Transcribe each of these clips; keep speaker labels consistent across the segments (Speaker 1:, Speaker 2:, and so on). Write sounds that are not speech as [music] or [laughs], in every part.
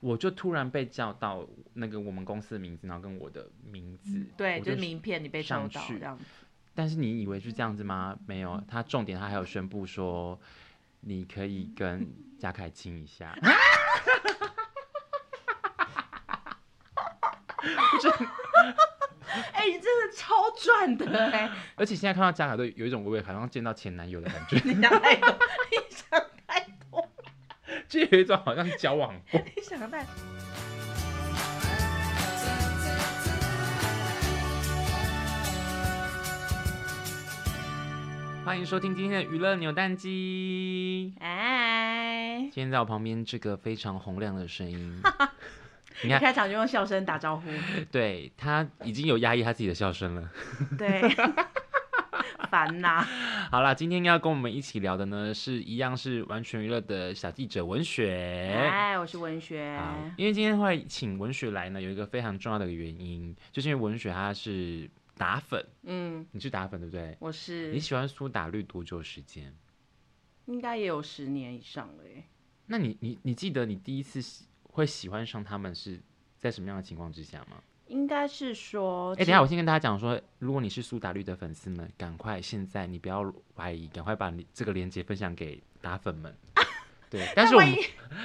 Speaker 1: 我就突然被叫到那个我们公司的名字，然后跟我的名字，
Speaker 2: 嗯对，
Speaker 1: 我
Speaker 2: 就是
Speaker 1: 是
Speaker 2: 名片你被抽
Speaker 1: 上
Speaker 2: 到
Speaker 1: 去
Speaker 2: 这样子。
Speaker 1: 但是你以为是这样子吗？没
Speaker 2: 嗯
Speaker 1: 有，他重点他还有宣布说，你可以跟贾凯亲一
Speaker 2: [laughs]
Speaker 1: 下。
Speaker 2: 哎、你真的超赚的哎、
Speaker 1: 而且现在看到贾凯都有一种微微好像见到前男友的感觉， [laughs]
Speaker 2: 你想太多， [laughs] 你想太多，
Speaker 1: 就有一种好像交往过。
Speaker 2: 你想太多。
Speaker 1: 欢迎收听今天的娱乐扭蛋机。
Speaker 2: 哎，
Speaker 1: 今天在我旁边这个非常洪亮的声
Speaker 2: [laughs]
Speaker 1: 音，你
Speaker 2: 一
Speaker 1: 看，
Speaker 2: 开场就用笑声
Speaker 1: [laughs]
Speaker 2: 打招呼，
Speaker 1: 对他已经有压抑他自己的笑声了。 [laughs]
Speaker 2: 对， [laughs] 烦呐、
Speaker 1: 好啦，今天要跟我们一起聊的呢，是一样是完全娱乐的小记者文雪。
Speaker 2: 哎，我是文学，
Speaker 1: 好，因为今天会请文雪来呢，有一个非常重要的原因，就是因为文雪她是打粉，
Speaker 2: 嗯，
Speaker 1: 你是打粉对不对？
Speaker 2: 我是
Speaker 1: 你喜欢苏打绿多久时间？
Speaker 2: 应该也有十年以上了哎。
Speaker 1: 那你你你记得你第一次喜会喜欢上他们是在什么样的情况之下吗？
Speaker 2: 应该是说，
Speaker 1: 哎、等一下我先跟大家讲说，如果你是苏打绿的粉丝们，赶快现在你不要怀疑，赶快把你这个链接分享给打粉
Speaker 2: [laughs]
Speaker 1: 们。对，但是我
Speaker 2: 万
Speaker 1: 们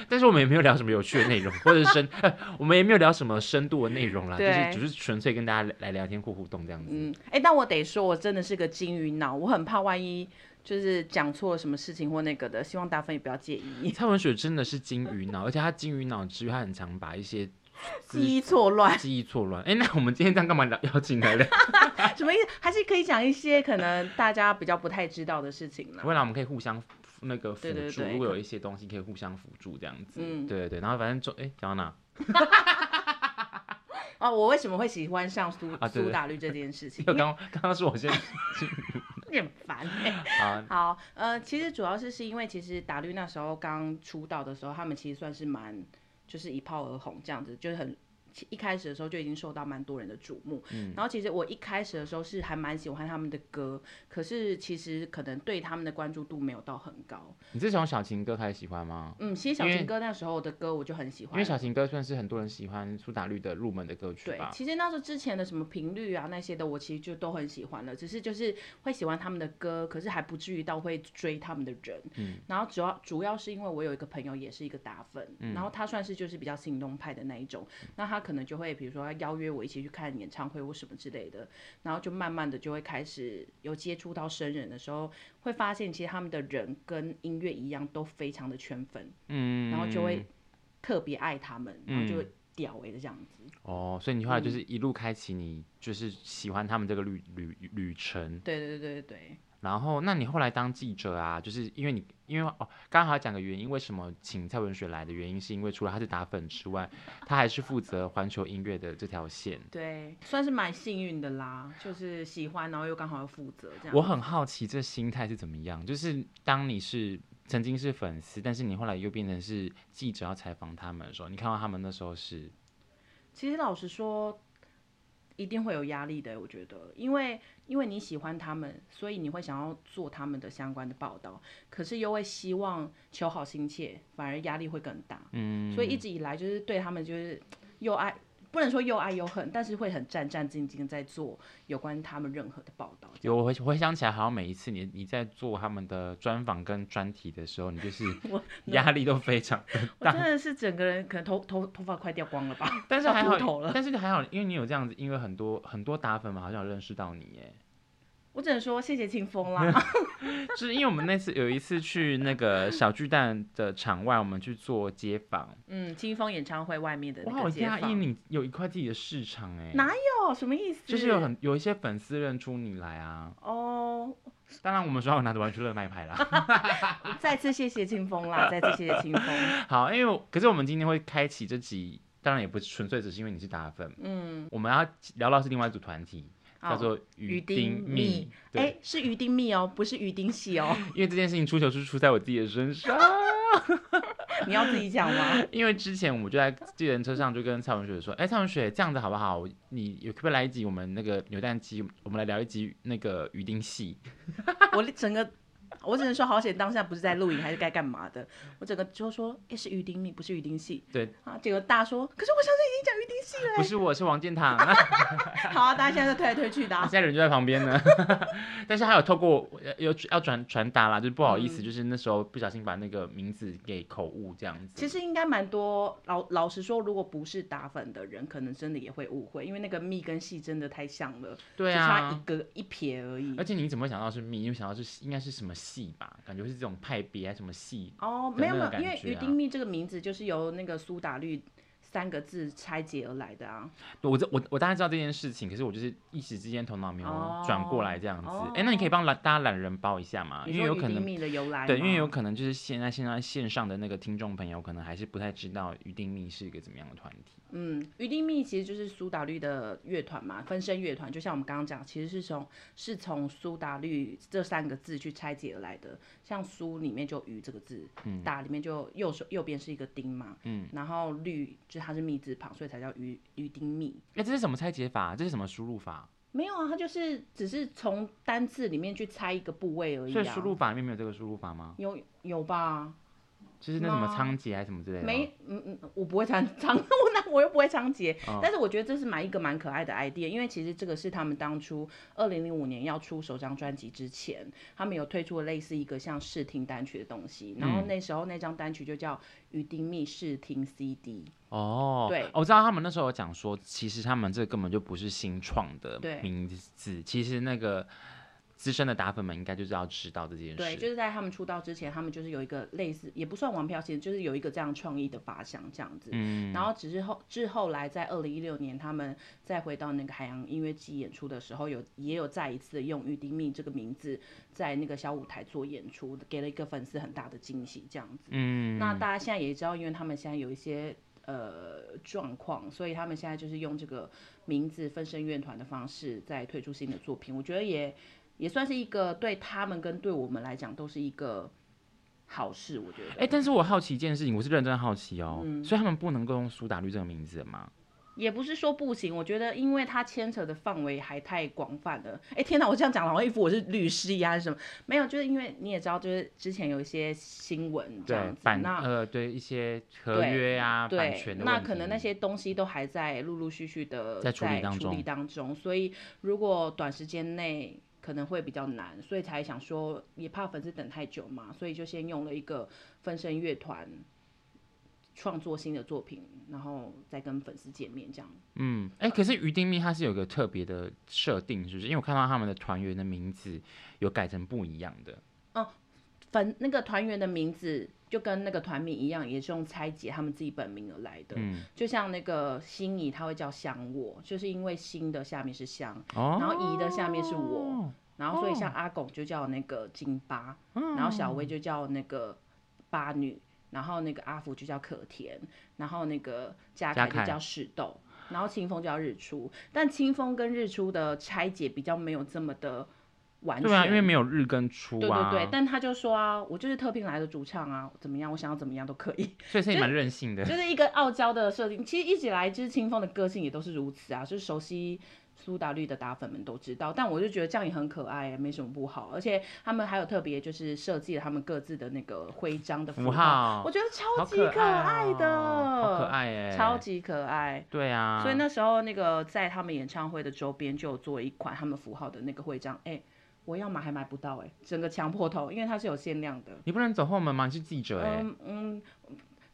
Speaker 1: 但是我们也没有聊什么有趣的内容，或者是深，呃我们也没有聊什么深度的内容啦，就
Speaker 2: 对
Speaker 1: 是只是纯粹跟大家来来聊天或互动这样子。
Speaker 2: 嗯，哎、但我得说，我真的是个金鱼脑，我很怕万一就是讲错了什么事情或那个的，希望大芬也不要介意， [laughs]
Speaker 1: 蔡文雪真的是金鱼脑，而且她金鱼脑之余，她很常把一些资
Speaker 2: 记忆错乱
Speaker 1: 记忆错乱。哎、那我们今天这样干嘛聊邀请 [laughs] 来聊？
Speaker 2: 什么意思？还是可以讲一些可能大家比较不太知道的事情呢
Speaker 1: 不？会啦，我们可以互相那个辅
Speaker 2: 对对
Speaker 1: 助，
Speaker 2: 对
Speaker 1: 如果有一些东西可以互相辅助这样子。
Speaker 2: 嗯
Speaker 1: 对对对。然后反正就哎讲到哪？
Speaker 2: 哦，我为什么会喜欢上苏
Speaker 1: 啊对对
Speaker 2: 苏打绿这件事情
Speaker 1: [laughs] 因？为刚刚刚是我先
Speaker 2: 你很烦、欸。
Speaker 1: 啊，
Speaker 2: 好，呃，其实主要是是因为其实打绿那时候刚出道的时候，他们其实算是蛮就是一炮而红这样子，就是很。一开始的时候就已经受到蛮多人的瞩目，
Speaker 1: 嗯
Speaker 2: 然后其实我一开始的时候是还蛮喜欢他们的歌，可是其实可能对他们的关注度没有到很高。
Speaker 1: 你是从小情歌开始喜欢吗？
Speaker 2: 嗯，其实小
Speaker 1: 哦因为
Speaker 2: 情歌那时候的歌我就很喜
Speaker 1: 因
Speaker 2: 欢，
Speaker 1: 为小情歌算是很多人喜欢苏打绿的入门的歌曲
Speaker 2: 对，
Speaker 1: 吧。
Speaker 2: 其实那时候之前的什么频率啊那些的，我其实就都很喜欢了，只是就是会喜欢他们的歌，可是还不至于到会追他们的人。嗯，然后主要主要是因为我有一个朋友也是一个打粉，然后他算是就是比较行动派的那一种，那他可能就会比如说邀约我一起去看演唱会或什么之类的，然后就慢慢的就会开始有接触到生人的时候，会发现其实他们的人跟音乐一样都非常的圈粉，嗯，然后就会特别爱他们，然后就会屌为的这样子。
Speaker 1: 哦，所以你后来就是一路开启你就是喜欢他们这个旅旅旅程。
Speaker 2: 对对对对对，
Speaker 1: 然后，那你后来当记者啊，就是因为你因为哦，刚刚还要讲个原因，为什么请蔡文雪来的原因，是因为除了她是打粉之外，她还是负责环球音乐的这条线。
Speaker 2: 对，算是蛮幸运的啦，就是喜欢，然后又刚好又负责这样。
Speaker 1: 我很好奇这心态是怎么样，就是当你是曾经是粉丝，但是你后来又变成是记者要采访他们的时候，你看到他们那时候是，
Speaker 2: 其实老实说，一定会有压力的，我觉得，因为因为你喜欢他们，所以你会想要做他们的相关的报道，可是又会希望求好心切，反而压力会更大。嗯，所以一直以来就是对他们就是又爱。不能说又爱又恨，但是会很战战兢兢在做有关他们任何的报道。
Speaker 1: 有我回回想起来，好像每一次你你在做他们的专访跟专题的时候，你就是
Speaker 2: [laughs]
Speaker 1: 压力都非常，
Speaker 2: 我真的是整个人可能头头头发快掉光了吧，
Speaker 1: 但是
Speaker 2: 要
Speaker 1: 还
Speaker 2: 秃
Speaker 1: 好
Speaker 2: 头了。，
Speaker 1: 但是还好，因为你有这样子，因为很多很多打粉们好像有认识到你耶，
Speaker 2: 我只能说谢谢清
Speaker 1: [laughs]
Speaker 2: 风啦。
Speaker 1: 就是因为我们那次有一次去那个小巨蛋的场外，我们去做街访，
Speaker 2: 嗯，清风演唱会外面的
Speaker 1: 我
Speaker 2: 呃那
Speaker 1: 好
Speaker 2: 个街
Speaker 1: 讶异
Speaker 2: 坊，
Speaker 1: 你有一块自己的市场哎，
Speaker 2: 哪有什么意思？
Speaker 1: 就是有很有一些粉丝认出你来啊，
Speaker 2: 哦。
Speaker 1: 当然我们说要拿着玩具乐那一派啦。 [laughs]
Speaker 2: 再次谢谢清风啦，再次谢谢清风。
Speaker 1: 好，因为我可是我们今天会开启这集，当然也不是纯粹只是因为你是打粉，
Speaker 2: 嗯，
Speaker 1: 我们要聊到是另外一组团体，叫
Speaker 2: 好。
Speaker 1: 做
Speaker 2: 鱼
Speaker 1: 丁
Speaker 2: 丁蜜，哎、
Speaker 1: 对，
Speaker 2: 是鱼丁蜜哦，不是鱼丁戏
Speaker 1: [laughs]
Speaker 2: 哦，
Speaker 1: 因为这件事情出糗是出在我自己的身上，
Speaker 2: 你要自己讲吗？
Speaker 1: 因为之前我就在计程车上就跟蔡文雪说，哎、蔡文雪这样子好不好？你有可不可以来一集我们那个扭蛋机，我们来聊一集那个鱼丁戏？
Speaker 2: 我整个我只能说好险，当下不是在录影还是该干嘛的。我整个就说，哎、是于丁你不是于丁系。
Speaker 1: 对
Speaker 2: 啊，结果大说，可是我上次已经讲于丁系了
Speaker 1: 不
Speaker 2: 欸、
Speaker 1: 是我是王建堂，
Speaker 2: 好啊，大家现在都推来推去的、啊
Speaker 1: 现。在人就在旁边呢。 [laughs] 但是他有透过呃有要传传达啦，就是不好意
Speaker 2: 嗯
Speaker 1: 思，就是那时候不小心把那个名字给口误这样子。
Speaker 2: 其实应该蛮多，老老实说，如果不是打粉的人，可能真的也会误会，因为那个密跟细真的太像了，
Speaker 1: 对
Speaker 2: 只差
Speaker 1: 啊
Speaker 2: 一，个一撇而已
Speaker 1: 而。且你怎么会想到是密？因为想到是应该是什么系吧？感觉是这种派别还是什么系？
Speaker 2: 哦，
Speaker 1: 的
Speaker 2: 没有
Speaker 1: 那
Speaker 2: 没
Speaker 1: 个
Speaker 2: 有，因为
Speaker 1: 感觉
Speaker 2: 于
Speaker 1: 啊
Speaker 2: 丁密这个名字就是由那个苏打绿三个字拆解而来的啊。
Speaker 1: 我这我我大概知道这件事情，可是我就是一时之间头脑没有转过来这样子。哎、
Speaker 2: 哦
Speaker 1: 那你可以帮懒大家懒人包一下嘛？
Speaker 2: 你
Speaker 1: 啊因为
Speaker 2: 说
Speaker 1: 有
Speaker 2: 于
Speaker 1: 可
Speaker 2: 丁
Speaker 1: 能
Speaker 2: 密的由来
Speaker 1: 对，因为
Speaker 2: 吗
Speaker 1: 有可能就是现在现在线上的那个听众朋友，可能还是不太知道于丁密是一个怎么样的团体。
Speaker 2: 嗯，于丁密其实就是苏打绿的乐团嘛，分身乐团，就像我们刚刚讲，其实是从是从苏打绿这三个字去拆解而来的。像苏里面就于这个字，
Speaker 1: 嗯
Speaker 2: 打里面就右手右边是一个丁嘛，嗯，然后绿就是它是密字旁，所以才叫于于丁密。
Speaker 1: 哎、这是什么拆解法？这是什么输入法？
Speaker 2: 没有啊，它就是只是从单字里面去猜一个部位而已
Speaker 1: 所以
Speaker 2: 啊
Speaker 1: 输。入法里面没有这个输入法吗？
Speaker 2: 有有吧？
Speaker 1: 就是那什么
Speaker 2: 吗
Speaker 1: 仓颉还是什么之类的吗？
Speaker 2: 没，嗯嗯，我不会仓仓， [laughs] 那我又不会仓颉，
Speaker 1: 哦
Speaker 2: 但是我觉得这是蛮一个蛮可爱的 idea，因为其实这个是他们当初二零零五年要出首张专辑之前，他们有推出了类似一个像试听单曲的东西，然
Speaker 1: 嗯
Speaker 2: 后那时候那张单曲就叫《于丁密试听 CD》，
Speaker 1: 哦，
Speaker 2: 对
Speaker 1: 哦我知道他们那时候有讲说，其实他们这根本就不是新创的
Speaker 2: 对
Speaker 1: 名字，其实那个资深的打粉们应该就是要知道这件事。
Speaker 2: 对，就是在他们出道之前，他们就是有一个类似，也不算玩票型，就是有一个这样创意的发想这样子。嗯，然后只是后至后来在二零一六年，他们再回到那个海洋音乐季演出的时候，有也有再一次用“玉丁蜜”这个名字在那个小舞台做演出，给了一个粉丝很大的惊喜这样子。嗯，那大家现在也知道，因为他们现在有一些。呃，状况，所以他们现在就是用这个名字分身乐团的方式在推出新的作品，我觉得也也算是一个对他们跟对我们来讲都是一个好事，我觉得。
Speaker 1: 哎、但是我好奇一件事情，我是认真好奇哦，
Speaker 2: 嗯
Speaker 1: 所以他们不能够用苏打绿这个名字吗？
Speaker 2: 也不是说不行，我觉得因为它牵扯的范围还太广泛了。哎、天哪，我这样讲了好像一副我是律师一样还是什么？没有，就是因为你也知道，就是之前有一些新闻这样
Speaker 1: 对
Speaker 2: 子，，
Speaker 1: 版
Speaker 2: 那
Speaker 1: 呃，对一些合约啊、版
Speaker 2: 对
Speaker 1: 权，的
Speaker 2: 那
Speaker 1: 问
Speaker 2: 可能
Speaker 1: 题
Speaker 2: 那些东西都还在陆陆续续的
Speaker 1: 在处理当
Speaker 2: 处理
Speaker 1: 中
Speaker 2: 当中，所以如果短时间内可能会比较难，所以才想说也怕粉丝等太久嘛，所以就先用了一个分身乐团创作新的作品，然后再跟粉丝见面这样。
Speaker 1: 嗯，哎、可是于丁密他是有个特别的设定，是不是？因为我看到他们的团员的名字有改成不一样的，
Speaker 2: 粉那个团员的名字就跟那个团名一样，也是用拆解他们自己本名而来的。
Speaker 1: 嗯，
Speaker 2: 就像那个心仪，他会叫香我，就是因为心的下面是香，
Speaker 1: 哦，
Speaker 2: 然后怡的下面是我，然后所以像阿拱就叫那个金巴，
Speaker 1: 嗯
Speaker 2: 然后小薇就叫那个巴女，然后那个阿福就叫可甜，然后那个嘉
Speaker 1: 嘉
Speaker 2: 凯就
Speaker 1: 凯
Speaker 2: 叫史豆，然后清风就叫日出，但清风跟日出的拆解比较没有这么的完全，
Speaker 1: 对啊，因为没有日跟出
Speaker 2: 对
Speaker 1: 啊，
Speaker 2: 对对，但他就说啊，我就是特聘来的主唱啊，怎么样，我想要怎么样都可以，
Speaker 1: 所以是你蛮任 [laughs] 性的。
Speaker 2: 就是一个傲娇的设定。其实一直以来，就是清风的个性也都是如此啊，就是熟悉苏打绿的打粉们都知道。但我就觉得这样也很可爱、没什么不好。而且他们还有特别就是设计了他们各自的那个徽章的
Speaker 1: 符
Speaker 2: 符
Speaker 1: 号
Speaker 2: 我觉得超
Speaker 1: 好
Speaker 2: 级
Speaker 1: 可
Speaker 2: 爱的，
Speaker 1: 哦好可爱哎、
Speaker 2: 超级可爱。
Speaker 1: 对啊，
Speaker 2: 所以那时候那个在他们演唱会的周边就有做一款他们符号的那个徽章，哎、我要买还买不到哎、整个强迫头，因为它是有限量的。
Speaker 1: 你不能走后门吗？你是记者哎、
Speaker 2: 嗯嗯，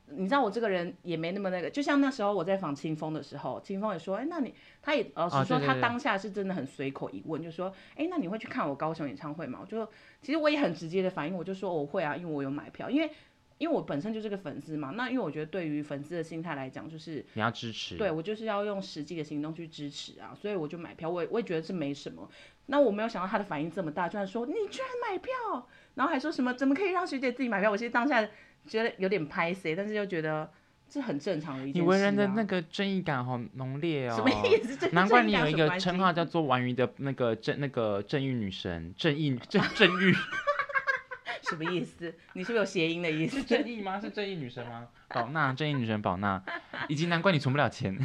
Speaker 2: 你知道我这个人也没那么那个，就像那时候我在访清风的时候，清风也说，哎、那你他也老
Speaker 1: 哦
Speaker 2: 实说，
Speaker 1: 对对
Speaker 2: 他
Speaker 1: 对
Speaker 2: 当下是真的很随口一问，就说，哎、那你会去看我高雄演唱会吗？我就其实我也很直接的反应，我就说我会啊，因为我有买票，因为因为我本身就是个粉丝嘛，那因为我觉得对于粉丝的心态来讲，就是
Speaker 1: 你要支持。
Speaker 2: 对，我就是要用实际的行动去支持啊，所以我就买票，我也我也觉得这没什么。那我没有想到他的反应这么大，居然说你居然买票，然后还说什么怎么可以让学姐自己买票？我其实当下觉得有点拍谁，但是又觉得这很正常的一件事、
Speaker 1: 你
Speaker 2: 啊。
Speaker 1: 为人的那个正义感好浓烈哦。
Speaker 2: 什么意思？这
Speaker 1: [laughs] 难怪你有一
Speaker 2: 这
Speaker 1: 个
Speaker 2: 讲什么
Speaker 1: 称
Speaker 2: 关系
Speaker 1: 号叫做“玩鱼”的那个正那个正义女神，正义正正义
Speaker 2: 什么意思？ [laughs] 你是不是有谐音的意思？
Speaker 1: 正义吗？是正义女神吗？宝娜，正义女神宝娜，以及难怪你存不了钱。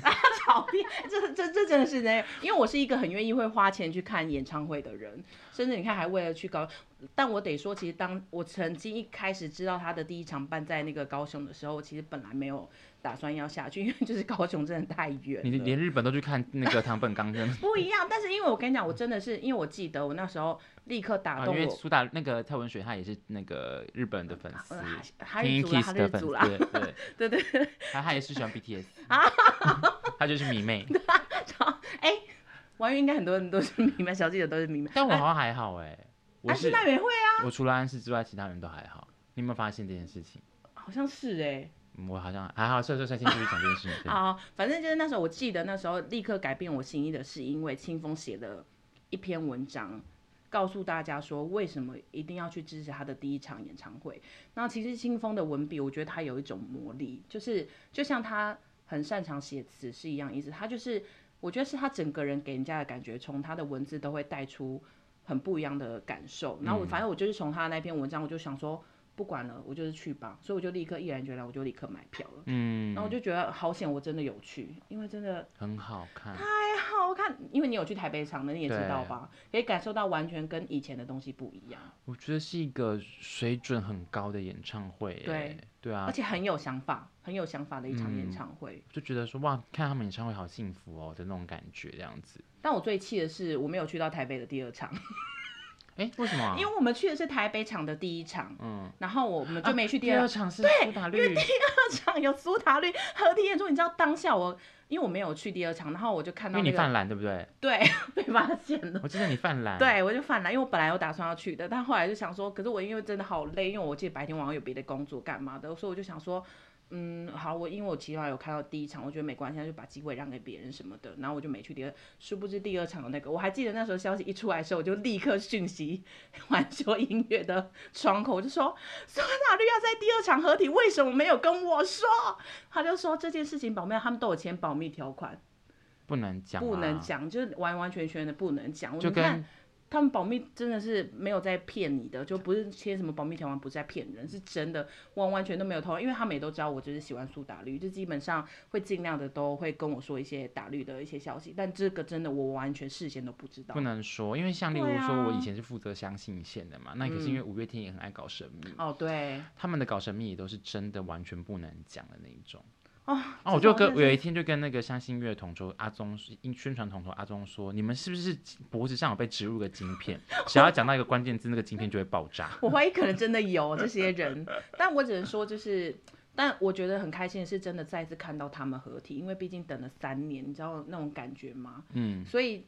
Speaker 2: 小店，这这这真的是那，因为我是一个很愿意会花钱去看演唱会的人，甚至你看还为了去高，但我得说，其实当我曾经一开始知道他的第一场办在那个高雄的时候，我其实本来没有打算要下去，因为就是高雄真的太远
Speaker 1: 你 [laughs]
Speaker 2: 了。
Speaker 1: 连日本都去看那个唐本刚跟
Speaker 2: 不一样，但是因为我跟你讲，我真的是因为我记得我那时候立刻打
Speaker 1: 啊，
Speaker 2: 动
Speaker 1: 因
Speaker 2: 我，
Speaker 1: 为苏打那个蔡文雪，她也是那个日本的粉丝
Speaker 2: 呃，哈
Speaker 1: 啊
Speaker 2: 日
Speaker 1: King
Speaker 2: 族啦，
Speaker 1: Kiss
Speaker 2: 哈
Speaker 1: 的
Speaker 2: 日
Speaker 1: 粉
Speaker 2: 族
Speaker 1: 丝，
Speaker 2: 啦， [laughs]
Speaker 1: 对对，
Speaker 2: 对对对，啊
Speaker 1: 她她也是喜欢 BTS，她就是迷妹，
Speaker 2: 哎、王源应该很多人都是迷妹，小记者都是迷妹，
Speaker 1: 但我好像还好哎、我
Speaker 2: 安
Speaker 1: 是
Speaker 2: 室奈美惠啊，
Speaker 1: 我除了安室之外，其他人都还好。你有没有发现这件事情？
Speaker 2: 好像是哎、
Speaker 1: 嗯我好像还好，算算算，先继续讲这件事情。对
Speaker 2: [laughs] 啊、反正就是那时候，我记得那时候立刻改变我心意的是，因为清风写了一篇文章，告诉大家说为什么一定要去支持他的第一场演唱会。那其实清风的文笔，我觉得他有一种魔力，就是就像他很擅长写词是一样意思，他就是我觉得是他整个人给人家的感觉，从他的文字都会带出很不一样的感受。然后我反正我就是从他那篇文章，我就想说。不管了，我就是去吧，所以我就立刻毅然决然，我就立刻买票了。
Speaker 1: 嗯，
Speaker 2: 然后我就觉得好险，我真的有去，因为真的
Speaker 1: 很好看。
Speaker 2: 太好看。因为你有去台北场的，你也知道
Speaker 1: 对
Speaker 2: 吧？可以感受到完全跟以前的东西不一样，
Speaker 1: 我觉得是一个水准很高的演唱会、欸。
Speaker 2: 对
Speaker 1: 对啊嗯
Speaker 2: 而，且很有想法，很有想法的一场演唱会。
Speaker 1: 就觉得说哇，看他们演唱会好幸福哦的那种感觉，这样子。
Speaker 2: 但我最气的是，我没有去到台北的第二
Speaker 1: 啊
Speaker 2: 场，
Speaker 1: 哎、为什么、啊？
Speaker 2: 因为我们去的是台北场的第一场，
Speaker 1: 嗯，啊
Speaker 2: 然后我们就没去
Speaker 1: 第
Speaker 2: 第二
Speaker 1: 二场是苏打绿，因
Speaker 2: 二场， [laughs] 有苏打绿合体演出。你知道当下我，因为我没有去第二场，然后我就看到
Speaker 1: 为你
Speaker 2: 那个
Speaker 1: 犯懒对不
Speaker 2: [laughs]
Speaker 1: 对？
Speaker 2: 对被发现了。
Speaker 1: 我记得你犯懒。，
Speaker 2: 对，我就犯了，因为我本来有打算要去的，但后来就想说，可是我因为真的好累，因为我记得白天晚上有别的工作干嘛的，所以我就想说，嗯，好，我因为我起码有看到第一场，我觉得没关系，那就把机会让给别人什么的，然后我就没去第二，殊不知第二场的那个，我还记得那时候消息一出来的时候，我就立刻讯息环球音乐的窗口，我就说苏打绿要在第二场合体，为什么没有跟我说？他就说这件事情保密，他们都有签保密条款，
Speaker 1: 不能讲、啊，
Speaker 2: 不能。讲，就是完完全全的不能讲，我
Speaker 1: 就
Speaker 2: 你看
Speaker 1: 跟
Speaker 2: 他们保密真的是没有在骗你的，就不是签什么保密条款，不是在骗人，是真的完完全都没有偷，因为他们也都知道我就是喜欢苏打绿，就基本上会尽量的都会跟我说一些打绿的一些消息，但这个真的我完全事先都不知道
Speaker 1: 不。能说，因为像例如
Speaker 2: 对
Speaker 1: 说，
Speaker 2: 啊嗯
Speaker 1: 我以前是负责相信线的嘛，那可是因为五月天也很爱搞神秘，
Speaker 2: 哦，对，
Speaker 1: 他们的搞神秘也都是真的完全不能讲的那一种。
Speaker 2: 哦，
Speaker 1: 哦，我就跟我
Speaker 2: 这种真的
Speaker 1: 有
Speaker 2: 是
Speaker 1: 一天就跟那个相信乐统筹阿宗宣宣传统筹阿宗说，你们是不是脖子上有被植入个晶片？只要讲到一个关键字，那个晶片就会爆炸。
Speaker 2: [laughs] 我怀疑可能真的有这些人，但我只能说就是。但我觉得很开心的是，真的再次看到他们合体，因为毕竟等了三年，你知道那种感觉吗？
Speaker 1: 嗯，
Speaker 2: 所以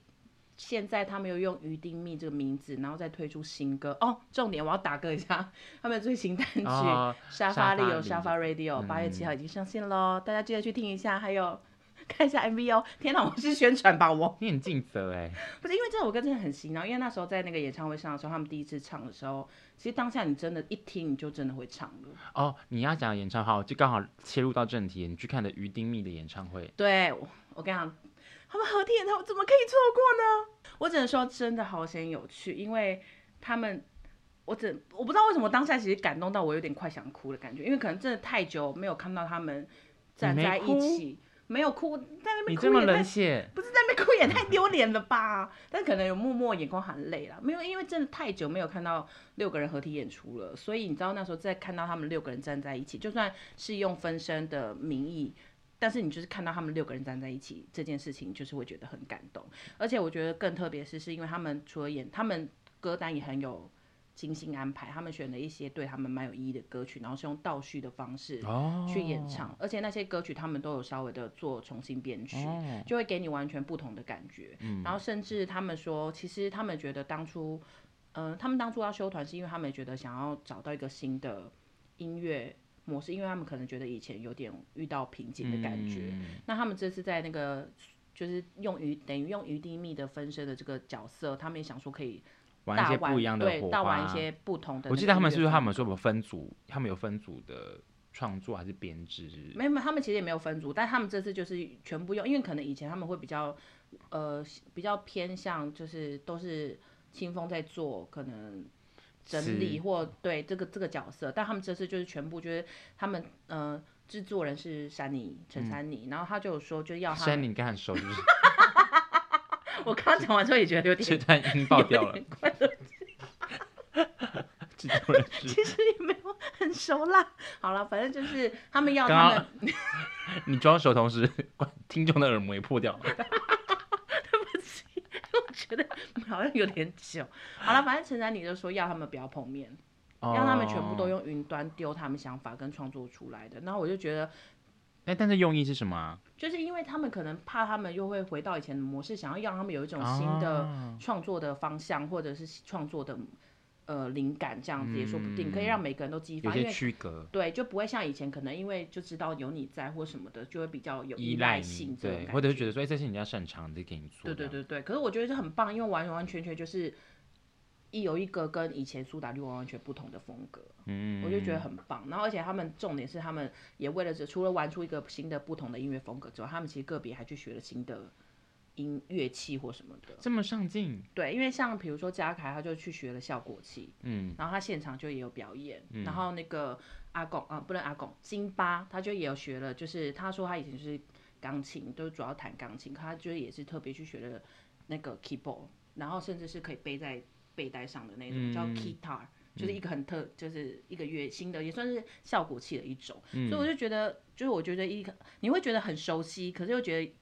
Speaker 2: 现在他们又用于丁蜜这个名字，然后再推出新歌哦。重点我要打歌一下，他们的最新单曲《
Speaker 1: 哦
Speaker 2: 沙
Speaker 1: 沙
Speaker 2: 发里
Speaker 1: 发
Speaker 2: 有
Speaker 1: 里
Speaker 2: 沙发 Radio》，八月
Speaker 1: 嗯
Speaker 2: 七号已经上线喽，大家记得去听一下，还有 [laughs] 看一下 MV 哦。天哪，我是宣传吧我。
Speaker 1: 你很尽责哎、
Speaker 2: 不是因为这首歌真的很洗脑，因为那时候在那个演唱会上的时候，他们第一次唱的时候，其实当下你真的，一听你就真的会唱了。
Speaker 1: 哦，你要讲演唱会，就刚好切入到正题，你去看的于丁密的演唱会，
Speaker 2: 对，我我跟你讲，他们合体演唱会怎么可以错过呢？我只能说真的好险有趣，因为他们，我只我不知道为什么当下其实感动到我有点快想哭的感觉，因为可能真的太久没有看到他们站
Speaker 1: 你没
Speaker 2: 在一
Speaker 1: 哭
Speaker 2: 起，没有哭，在那
Speaker 1: 你
Speaker 2: 边
Speaker 1: 这
Speaker 2: 哭
Speaker 1: 么
Speaker 2: 也太
Speaker 1: 冷血，
Speaker 2: 不是在那边哭也太丢脸了吧？但可能有默默眼光含泪啦，没有，因为真的太久没有看到六个人合体演出了，所以你知道那时候在看到他们六个人站在一起，就算是用分身的名义。但是你就是看到他们六个人站在一起这件事情，就是会觉得很感动。而且我觉得更特别是，是因为他们除了演，他们歌单也很有精心安排，他们选了一些对他们蛮有意义的歌曲，然后是用倒叙的方式
Speaker 1: 哦，
Speaker 2: 去演唱，而且那些歌曲他们都有稍微的做重新编曲，
Speaker 1: 哦嗯
Speaker 2: 就会给你完全不同的感觉。然后甚至他们说，其实他们觉得当初，呃，他们当初要修团是因为他们觉得想要找到一个新的音乐模式，因为他们可能觉得以前有点遇到瓶颈的感觉。
Speaker 1: 嗯
Speaker 2: 那他们这次在那个。就是用于等于用于丁密的分身的这个角色，他们也想说可以
Speaker 1: 玩一
Speaker 2: 大
Speaker 1: 些不一样的
Speaker 2: 对，
Speaker 1: 火
Speaker 2: 大
Speaker 1: 花
Speaker 2: 玩一。些不同的。
Speaker 1: 我记得他们是不是他们说我们分组，他们有分组的创作还是编制？
Speaker 2: 没有，他们其实也没有分组，但他们这次就是全部用，因为可能以前他们会比较，呃，比较偏向就是都是清风在做，可能整理
Speaker 1: 是
Speaker 2: 或对这个这个角色，但他们这次就是全部就是他们呃制作人是珊妮陈珊妮，然后他就有啊说就要他
Speaker 1: 嗯珊
Speaker 2: 们，
Speaker 1: 妮，你跟他很熟是不是？
Speaker 2: [laughs] 我刚刚讲完之后也觉得有
Speaker 1: 这
Speaker 2: 点
Speaker 1: 段音爆掉
Speaker 2: 有
Speaker 1: 了
Speaker 2: 点，快乐，
Speaker 1: 制作人是
Speaker 2: 其实也没有很熟啦。好了，反正就是他们要
Speaker 1: 刚
Speaker 2: 他
Speaker 1: 刚
Speaker 2: 们
Speaker 1: [laughs] 你装熟，同时听众的耳膜也破掉了。
Speaker 2: 我觉得 [laughs] 好像有点久。好了，反正陈珊妮就说要他们不要碰面， [laughs] 让他们全部都
Speaker 1: 哦。
Speaker 2: 用云端丢他们想法跟创作出来的。然后我就觉得，
Speaker 1: 那哎但是用意是什么啊？
Speaker 2: 就是因为他们可能怕他们又会回到以前的模式，想要让他们有一种新的
Speaker 1: 哦
Speaker 2: 创作的方向，或者是创作的呃灵感，这样子也说不定，可以让每个人都激
Speaker 1: 嗯有
Speaker 2: 发，因
Speaker 1: 些
Speaker 2: 为。
Speaker 1: 区隔。
Speaker 2: 对，就不会像以前可能因为就知道有你在或什么的，就会比较有
Speaker 1: 依
Speaker 2: 赖
Speaker 1: 赖
Speaker 2: 性
Speaker 1: 你，
Speaker 2: 这种
Speaker 1: 对，
Speaker 2: 感
Speaker 1: 或者是觉得说，哎，这是你家擅长的，给你做。
Speaker 2: 对对，对对，可是我觉得是很棒，因为完完全全就是一有一个跟以前苏打绿完完全不同的风格，
Speaker 1: 嗯，
Speaker 2: 我就觉得很棒。然后而且他们重点是他们也为了这除了玩出一个新的不同的音乐风格之外，他们其实个别还去学了新的音乐器或什么的。
Speaker 1: 这么上进，
Speaker 2: 对，因为像比如说嘉凯，他就去学了效果器，
Speaker 1: 嗯，
Speaker 2: 然后他现场就也有表演，然后那个阿贡啊、呃不是阿贡，辛巴他就也有学了，就是他说他以前就是钢琴，都主要弹钢琴，可他就是也是特别去学了那个 keyboard，然后甚至是可以背在背带上的那种、叫
Speaker 1: 嗯
Speaker 2: guitar，就是一个很特，就是一个乐新的，也算是效果器的一种，
Speaker 1: 嗯
Speaker 2: 所以我就觉得，就是我觉得一个你会觉得很熟悉，可是又觉得。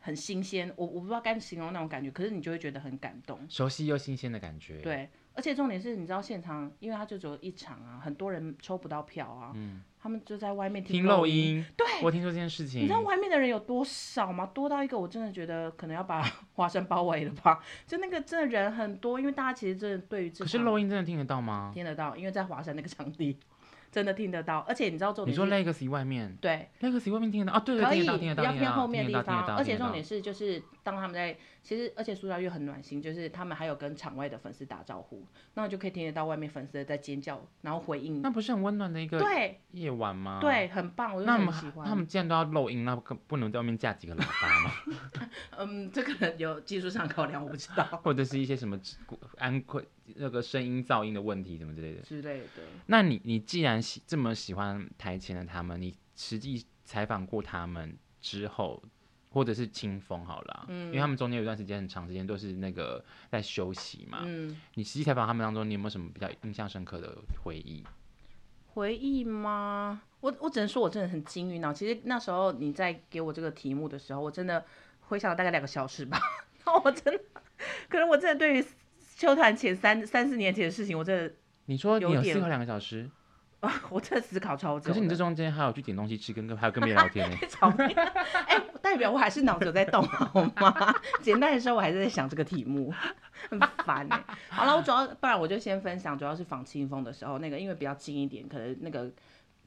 Speaker 2: 很新鲜，我我不知道该形容那种感觉，可是你就会觉得很感动。
Speaker 1: 熟悉又新鲜的感觉。，
Speaker 2: 对，而且重点是，你知道现场，因为他就只有一场啊，很多人抽不到票啊，他们就在外面
Speaker 1: 听嗯
Speaker 2: 漏
Speaker 1: 漏
Speaker 2: 音。
Speaker 1: 音，
Speaker 2: 对，
Speaker 1: 我听说这件事
Speaker 2: 你
Speaker 1: 情
Speaker 2: 知，道外面的人有多少吗？多到一个我真的觉得可能要把 [laughs] 华山包围了吧？就那个真的人很多，因为大家其实真的对于这
Speaker 1: 可是
Speaker 2: 场
Speaker 1: 漏音真的听得到吗？
Speaker 2: 听得到，因为在华山那个场地真的听得到，而且你知道重
Speaker 1: 你
Speaker 2: 点
Speaker 1: 说
Speaker 2: 是，
Speaker 1: Legacy 外面
Speaker 2: 对，
Speaker 1: ，Legacy 外面听得到啊？对，
Speaker 2: 可
Speaker 1: 对
Speaker 2: 以，
Speaker 1: 听得到，听得
Speaker 2: 不
Speaker 1: 到，
Speaker 2: 要
Speaker 1: 听得
Speaker 2: 偏后
Speaker 1: 到，
Speaker 2: 面
Speaker 1: 听
Speaker 2: 的
Speaker 1: 得
Speaker 2: 地
Speaker 1: 到，听得
Speaker 2: 方。
Speaker 1: 到。
Speaker 2: 而且
Speaker 1: 听得
Speaker 2: 重
Speaker 1: 到
Speaker 2: 点是，就是当他们在，其实而且苏打绿很暖心，就是他们还有跟场外的粉丝打招呼，那就可以听得到外面粉丝在尖叫，然后回应。
Speaker 1: 那不是很温暖的一个
Speaker 2: 对
Speaker 1: 夜晚吗？。
Speaker 2: 对，很棒，我就
Speaker 1: 啊那我
Speaker 2: 很
Speaker 1: 们
Speaker 2: 喜
Speaker 1: 他
Speaker 2: 欢。
Speaker 1: 们既然都要漏音，那不不能在外面架几个喇叭吗？ [laughs]
Speaker 2: 嗯， [laughs] 这可能有技术上考量，我不知道
Speaker 1: 或者是一些什么安规那个声音噪音的问题，什么之类的。
Speaker 2: 之类的。
Speaker 1: 那你你既然喜这么喜欢台前的他们，你实际采访过他们之后，或者是清风好了啊，
Speaker 2: 嗯
Speaker 1: 因为他们中间有一段时间很长时间都是那个在休息嘛。
Speaker 2: 嗯，
Speaker 1: 你实际采访他们当中，你有没有什么比较印象深刻的回忆？
Speaker 2: 回忆吗？我我只能说，我真的很惊晕啊！其实那时候你在给我这个题目的时候，我真的回想了大概两个小时吧。 [laughs] 然后我真的，可能我真的对于秋坛前三三四年前的事情，我真的
Speaker 1: 你说你
Speaker 2: 有
Speaker 1: 有
Speaker 2: 点
Speaker 1: 思考两个小时，
Speaker 2: 啊，我真的思考超久的。
Speaker 1: 可是你这中间还有去点东西吃，跟跟还有跟别人聊
Speaker 2: [laughs]
Speaker 1: 天呢、
Speaker 2: 草莓，哎、代表我还是脑子有在动啊好吗？ [laughs] 简单的时候我还是在想这个题目，很烦哎、好了，我主要不然我就先分享，主要是访清风的时候，那个因为比较近一点，可能那个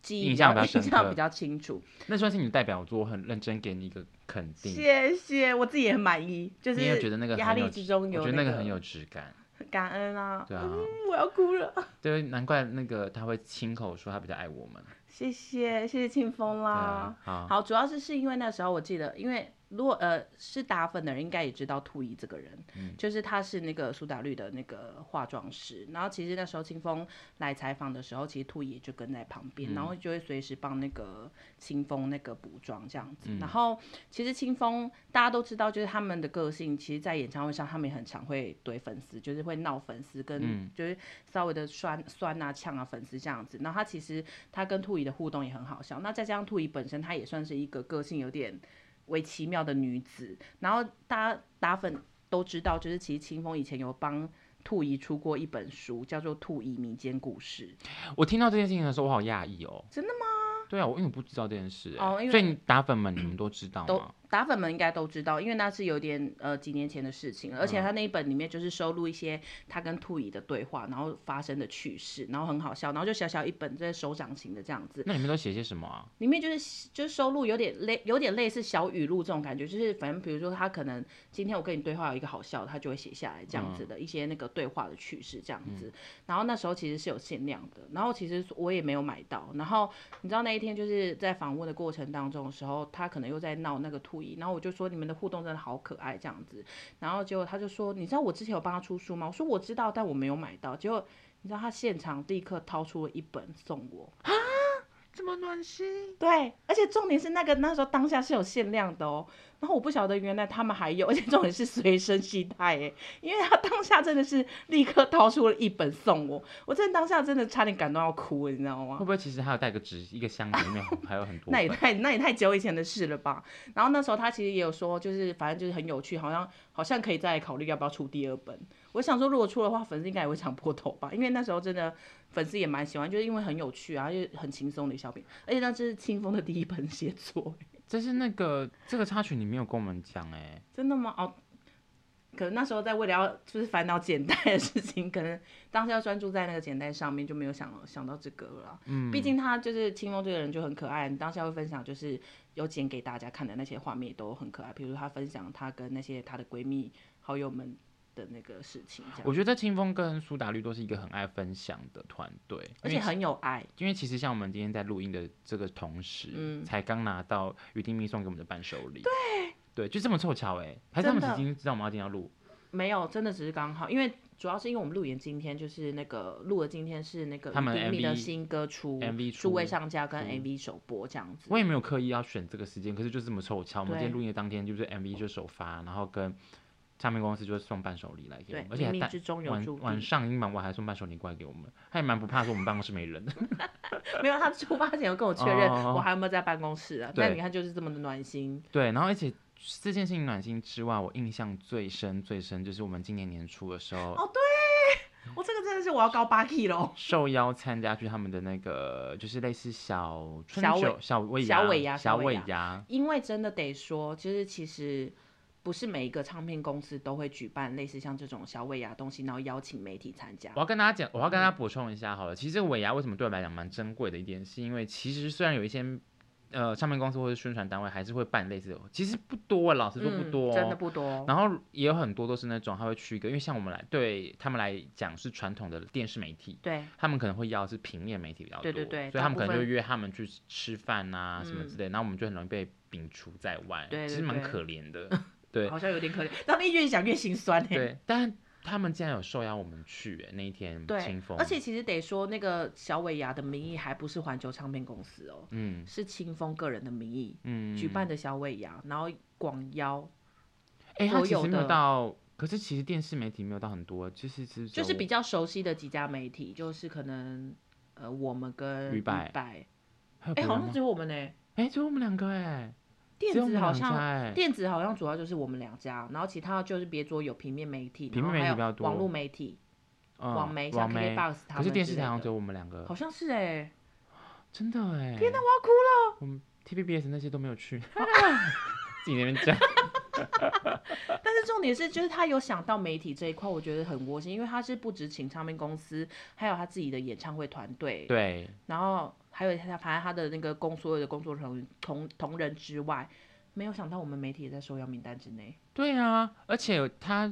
Speaker 2: 记忆
Speaker 1: 印象比较
Speaker 2: 印
Speaker 1: 深刻
Speaker 2: 象比较清楚。
Speaker 1: 那算是你的代表作，我很认真给你一个肯定。
Speaker 2: 谢谢，我自己也很满意，就是
Speaker 1: 你也觉得那个
Speaker 2: 压
Speaker 1: 很有
Speaker 2: 力之中
Speaker 1: 我
Speaker 2: 有
Speaker 1: 觉得那
Speaker 2: 个
Speaker 1: 个很有质感，
Speaker 2: 感恩啊，
Speaker 1: 对啊，
Speaker 2: 嗯我要哭了，
Speaker 1: 对，难怪那个他会亲口说他比较爱我们，
Speaker 2: 谢谢谢谢清风
Speaker 1: 对
Speaker 2: 啦。
Speaker 1: 啊，好，
Speaker 2: 好，主要是是因为那时候我记得，因为如果呃是打粉的人应该也知道兔姨这个人，就是他是那个苏打绿的那个化妆师。然后其实那时候清风来采访的时候，其实兔姨也就跟在旁边，然后就会随时帮那个清风那个补妆这样子。然后其实清风大家都知道，就是他们的个性，其实，在演唱会上他们也很常会怼粉丝，就是会闹粉丝，跟就是稍微的酸酸啊、呛啊粉丝这样子。然后他其实他跟兔姨的互动也很好笑。那再加上兔姨本身，她也算是一个个性有点为奇妙的女子。然后大家打粉都知道，就是其实清风以前有帮兔姨出过一本书，叫做《兔姨民间故事》。
Speaker 1: 我听到这件事情的时候，我好讶异哦。
Speaker 2: 真
Speaker 1: 的吗？对啊，我因为我不知道这件事、欸，
Speaker 2: 哦因为
Speaker 1: 所以你打粉们你们都知道
Speaker 2: 都
Speaker 1: 吗？
Speaker 2: 打粉们应该都知道，因为那是有点呃几年前的事情了，而且他那一本里面就是收录一些他跟兔姨的对话，然后发生的趣事，然后很好笑，然后就小小一本这手掌型的这样子，
Speaker 1: 那你们都写些什么啊？
Speaker 2: 里面就是就是收录有点类有点类似小语录这种感觉，就是反正比如说他可能今天我跟你对话有一个好笑的，他就会写下来这样子的一些那个对话的趣事这样子。然后那时候其实是有限量的，然后其实我也没有买到。然后你知道那一天就是在访问的过程当中的时候，他可能又在闹那个兔姨，然后我就说你们的互动真的好可爱这样子。然后结果他就说，你知道我之前有帮他出书吗？我说我知道，但我没有买到。结果你知道他现场立刻掏出了一本送我。
Speaker 1: 这么暖心，
Speaker 2: 对，而且重点是那个那时候当下是有限量的哦，然后我不晓得原来他们还有，而且重点是随身携带哎，因为他当下真的是立刻掏出了一本送我，我真的当下真的差点感动要哭，欸你知道
Speaker 1: 会
Speaker 2: 吗？
Speaker 1: 不会其实还有带个纸一个箱子，里面还有很多
Speaker 2: [laughs] 那也
Speaker 1: 本？
Speaker 2: 太那也太久以前的事了吧？然后那时候他其实也有说，就是反正就是很有趣，好像好像可以再考虑要不要出第二本。我想说，如果出的话，粉丝应该也会抢破头吧，因为那时候真的粉丝也蛮喜欢，就是因为很有趣啊，又很轻松的一小品，而且那这是清风的第一本写作，
Speaker 1: 这是那个这个插曲你没有跟我们讲哎、
Speaker 2: 真的吗？哦，可能那时候在为了要就是烦恼简单的事情，可能当时要专注在那个简单上面，就没有想想到这个了。嗯，毕竟他就是清风这个人就很可爱，你当下会分享就是有剪给大家看的那些画面都很可爱，比如他分享他跟那些他的闺蜜好友们的那个事情，这样，
Speaker 1: 我觉得清风跟苏打绿都是一个很爱分享的团队，
Speaker 2: 而
Speaker 1: 因
Speaker 2: 且
Speaker 1: 为
Speaker 2: 很有爱。
Speaker 1: 因为其实像我们今天在录音的这个同时，
Speaker 2: 嗯
Speaker 1: 才刚拿到于丁蜜送给我们的伴手礼，对对，就这么凑巧哎、还是他们
Speaker 2: 真的
Speaker 1: 已经知道我们要今天要录，
Speaker 2: 没有，真的只是刚好，因为主要是因为我们录影今天就是那个录的今天是那个
Speaker 1: 他们
Speaker 2: 于丁密的
Speaker 1: MV
Speaker 2: 新歌出
Speaker 1: MV 出嗯
Speaker 2: 数位上架跟
Speaker 1: 出
Speaker 2: MV 首播这样子。
Speaker 1: 我也没有刻意要选这个时间，可是就这么凑巧，我们
Speaker 2: 对
Speaker 1: 今天录音的当天就是 MV 就首发，然后跟唱片公司就送伴手礼来给我
Speaker 2: 对
Speaker 1: 们，，而且
Speaker 2: 冥
Speaker 1: 还
Speaker 2: 冥
Speaker 1: 带
Speaker 2: 之中有注
Speaker 1: 晚晚
Speaker 2: 定。
Speaker 1: 上应蛮晚还送伴手礼过来给我们，他也蛮不怕说我们办公室没人的， [laughs]
Speaker 2: 没有，他出发前有跟我确认
Speaker 1: 哦
Speaker 2: 我还有没有在办公室啊？
Speaker 1: 对
Speaker 2: 那你看就是这么的暖心，
Speaker 1: 对，然后而且。这件事情暖心之外，我印象最深最深就是我们今年年初的时候，
Speaker 2: 哦
Speaker 1: 嗯
Speaker 2: 我这个真的是我要高八 K 喽。
Speaker 1: 受邀参加去他们的那个，就是类似小春
Speaker 2: 小尾
Speaker 1: 酒、小尾
Speaker 2: 小尾
Speaker 1: 牙、
Speaker 2: 牙
Speaker 1: 小
Speaker 2: 小尾
Speaker 1: 尾
Speaker 2: 牙
Speaker 1: 牙，
Speaker 2: 因为真的得说，就是其实不是每一个唱片公司都会举办类似像这种小尾牙东西，然后邀请媒体参加
Speaker 1: 我。要跟大家讲，
Speaker 2: 嗯
Speaker 1: 我要跟大家补充一下好了。其实这个尾牙为什么对我们来讲蛮珍贵的一点，是因为其实虽然有一些呃唱片公司或者宣传单位还是会办类似的，其实不多，老实说不多、哦
Speaker 2: 嗯，真的不多。
Speaker 1: 然后也有很多都是那种他会区隔，因为像我们来对他们来讲是传统的电视媒体，
Speaker 2: 对，
Speaker 1: 他们可能会要的是平面媒体比较多，
Speaker 2: 对对对
Speaker 1: 所以他
Speaker 2: 大
Speaker 1: 们
Speaker 2: 部
Speaker 1: 可能就
Speaker 2: 分嗯
Speaker 1: 会约他们去吃饭啊什么之类，然后我们就很容易被摒除在外，
Speaker 2: 对对
Speaker 1: 其实蛮
Speaker 2: 对
Speaker 1: 可怜的，对
Speaker 2: 好像有点可怜，他们越讲越心酸哎、
Speaker 1: 对，但他们竟然有受邀我们去、欸，那一天
Speaker 2: 对
Speaker 1: 清风，，
Speaker 2: 而且其实得说，那个小尾牙的名义还不是环球唱片公司哦，
Speaker 1: 嗯
Speaker 2: 是清风个人的名义
Speaker 1: 嗯，
Speaker 2: 举办的小尾牙，然后广邀
Speaker 1: 哎、他
Speaker 2: 所
Speaker 1: 其实
Speaker 2: 有
Speaker 1: 没有
Speaker 2: 的
Speaker 1: 到，可是其实电视媒体没有到很多，就是只
Speaker 2: 就
Speaker 1: 只
Speaker 2: 是
Speaker 1: 有
Speaker 2: 比较熟悉的几家媒体，就是可能呃我们跟
Speaker 1: 鱼摆
Speaker 2: 摆，哎、
Speaker 1: 还有别
Speaker 2: 好
Speaker 1: 人
Speaker 2: 像
Speaker 1: 吗
Speaker 2: 只有我们呢、
Speaker 1: 哎、只有我们两个哎、
Speaker 2: 电
Speaker 1: 只有我
Speaker 2: 子
Speaker 1: 们
Speaker 2: 好
Speaker 1: 两家
Speaker 2: 像
Speaker 1: 哎、
Speaker 2: 电子好像主要就是我们两家，然后其他就是别桌有平面媒体，
Speaker 1: 平面媒体
Speaker 2: 然
Speaker 1: 比
Speaker 2: 后还
Speaker 1: 较
Speaker 2: 有
Speaker 1: 多
Speaker 2: 网络媒体、
Speaker 1: 嗯
Speaker 2: 网媒像
Speaker 1: 网媒，
Speaker 2: KKBOX 他
Speaker 1: 可是
Speaker 2: 们
Speaker 1: 电
Speaker 2: 之
Speaker 1: 视
Speaker 2: 类
Speaker 1: 台好像
Speaker 2: 的
Speaker 1: 只有我们两个
Speaker 2: 好，像是哎、
Speaker 1: 真的哎、
Speaker 2: 天哪，我要哭
Speaker 1: 我们 TVBS 那些都没有去， [laughs] 自己那边
Speaker 2: [laughs]
Speaker 1: 讲。
Speaker 2: 但是重点是，就是他有想到媒体这一块，我觉得很窝心，因为他是不止请唱片公司，还有他自己的演唱会团队，
Speaker 1: 对，
Speaker 2: 然后还有他反正他的那个工所有的工作同同同仁之外，没有想到我们媒体也在受邀名单之内。
Speaker 1: 对啊，而且他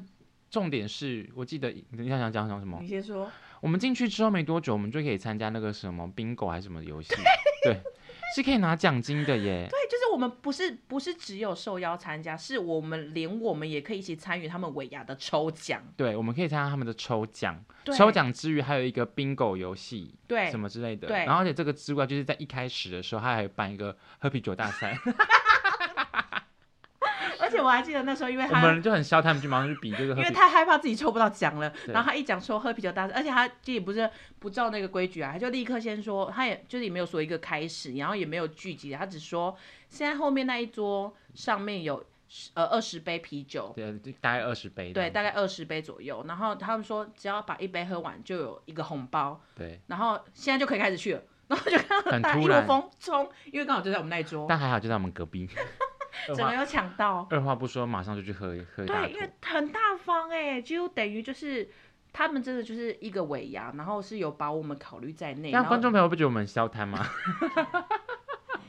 Speaker 1: 重点是我记得你想想讲讲什么
Speaker 2: 你？先说，
Speaker 1: 我们进去之后没多久，我们就可以参加那个什么 bingo 还是什么游戏，对，是可以拿奖金的
Speaker 2: [laughs]
Speaker 1: 耶。
Speaker 2: 对，就是我们不是不是只有受邀参加，是我们连我们也可以一起参与他们尾牙的抽奖，
Speaker 1: 对，我们可以参加他们的抽奖，
Speaker 2: 对
Speaker 1: 抽奖之余还有一个 bingo 游戏
Speaker 2: 对
Speaker 1: 什，么之类的。
Speaker 2: 对
Speaker 1: 然后而且这个之外，就是在一开始的时候，他还有办一个喝啤酒大赛，
Speaker 2: [laughs] 而且我还记得那时候，因为
Speaker 1: 我
Speaker 2: 他
Speaker 1: 们就很笑，他们就马上去比这个喝
Speaker 2: 因
Speaker 1: 啤
Speaker 2: 为
Speaker 1: 酒。
Speaker 2: 太害怕自己抽不到奖了，
Speaker 1: 对
Speaker 2: 然后他一讲说喝啤酒大赛，而且他自己不是不照那个规矩啊，他就立刻先说，他也就是也没有说一个开始，然后也没有聚集，他只说现在后面那一桌上面有十呃二十杯啤酒，
Speaker 1: 对，就大概二十杯这
Speaker 2: 对，
Speaker 1: 样。
Speaker 2: 大概二十杯左右，然后他们说只要把一杯喝完就有一个红包，
Speaker 1: 对，
Speaker 2: 然后现在就可以开始去了，然后就看到
Speaker 1: 很
Speaker 2: 大家
Speaker 1: 突
Speaker 2: 一
Speaker 1: 然
Speaker 2: 窝蜂冲，因为刚好就在我们那一桌，
Speaker 1: 但还好就在我们隔壁。
Speaker 2: [laughs]
Speaker 1: 二
Speaker 2: 整个
Speaker 1: 话
Speaker 2: 有抢到，
Speaker 1: 二话不说，马上就去喝喝一大口
Speaker 2: 对，因。为很大方哎、欸，就等于就是他们真的就是一个尾牙，然后是有把我们考虑在内。
Speaker 1: 那
Speaker 2: 然后
Speaker 1: 观众朋友不觉得我们很消摊吗？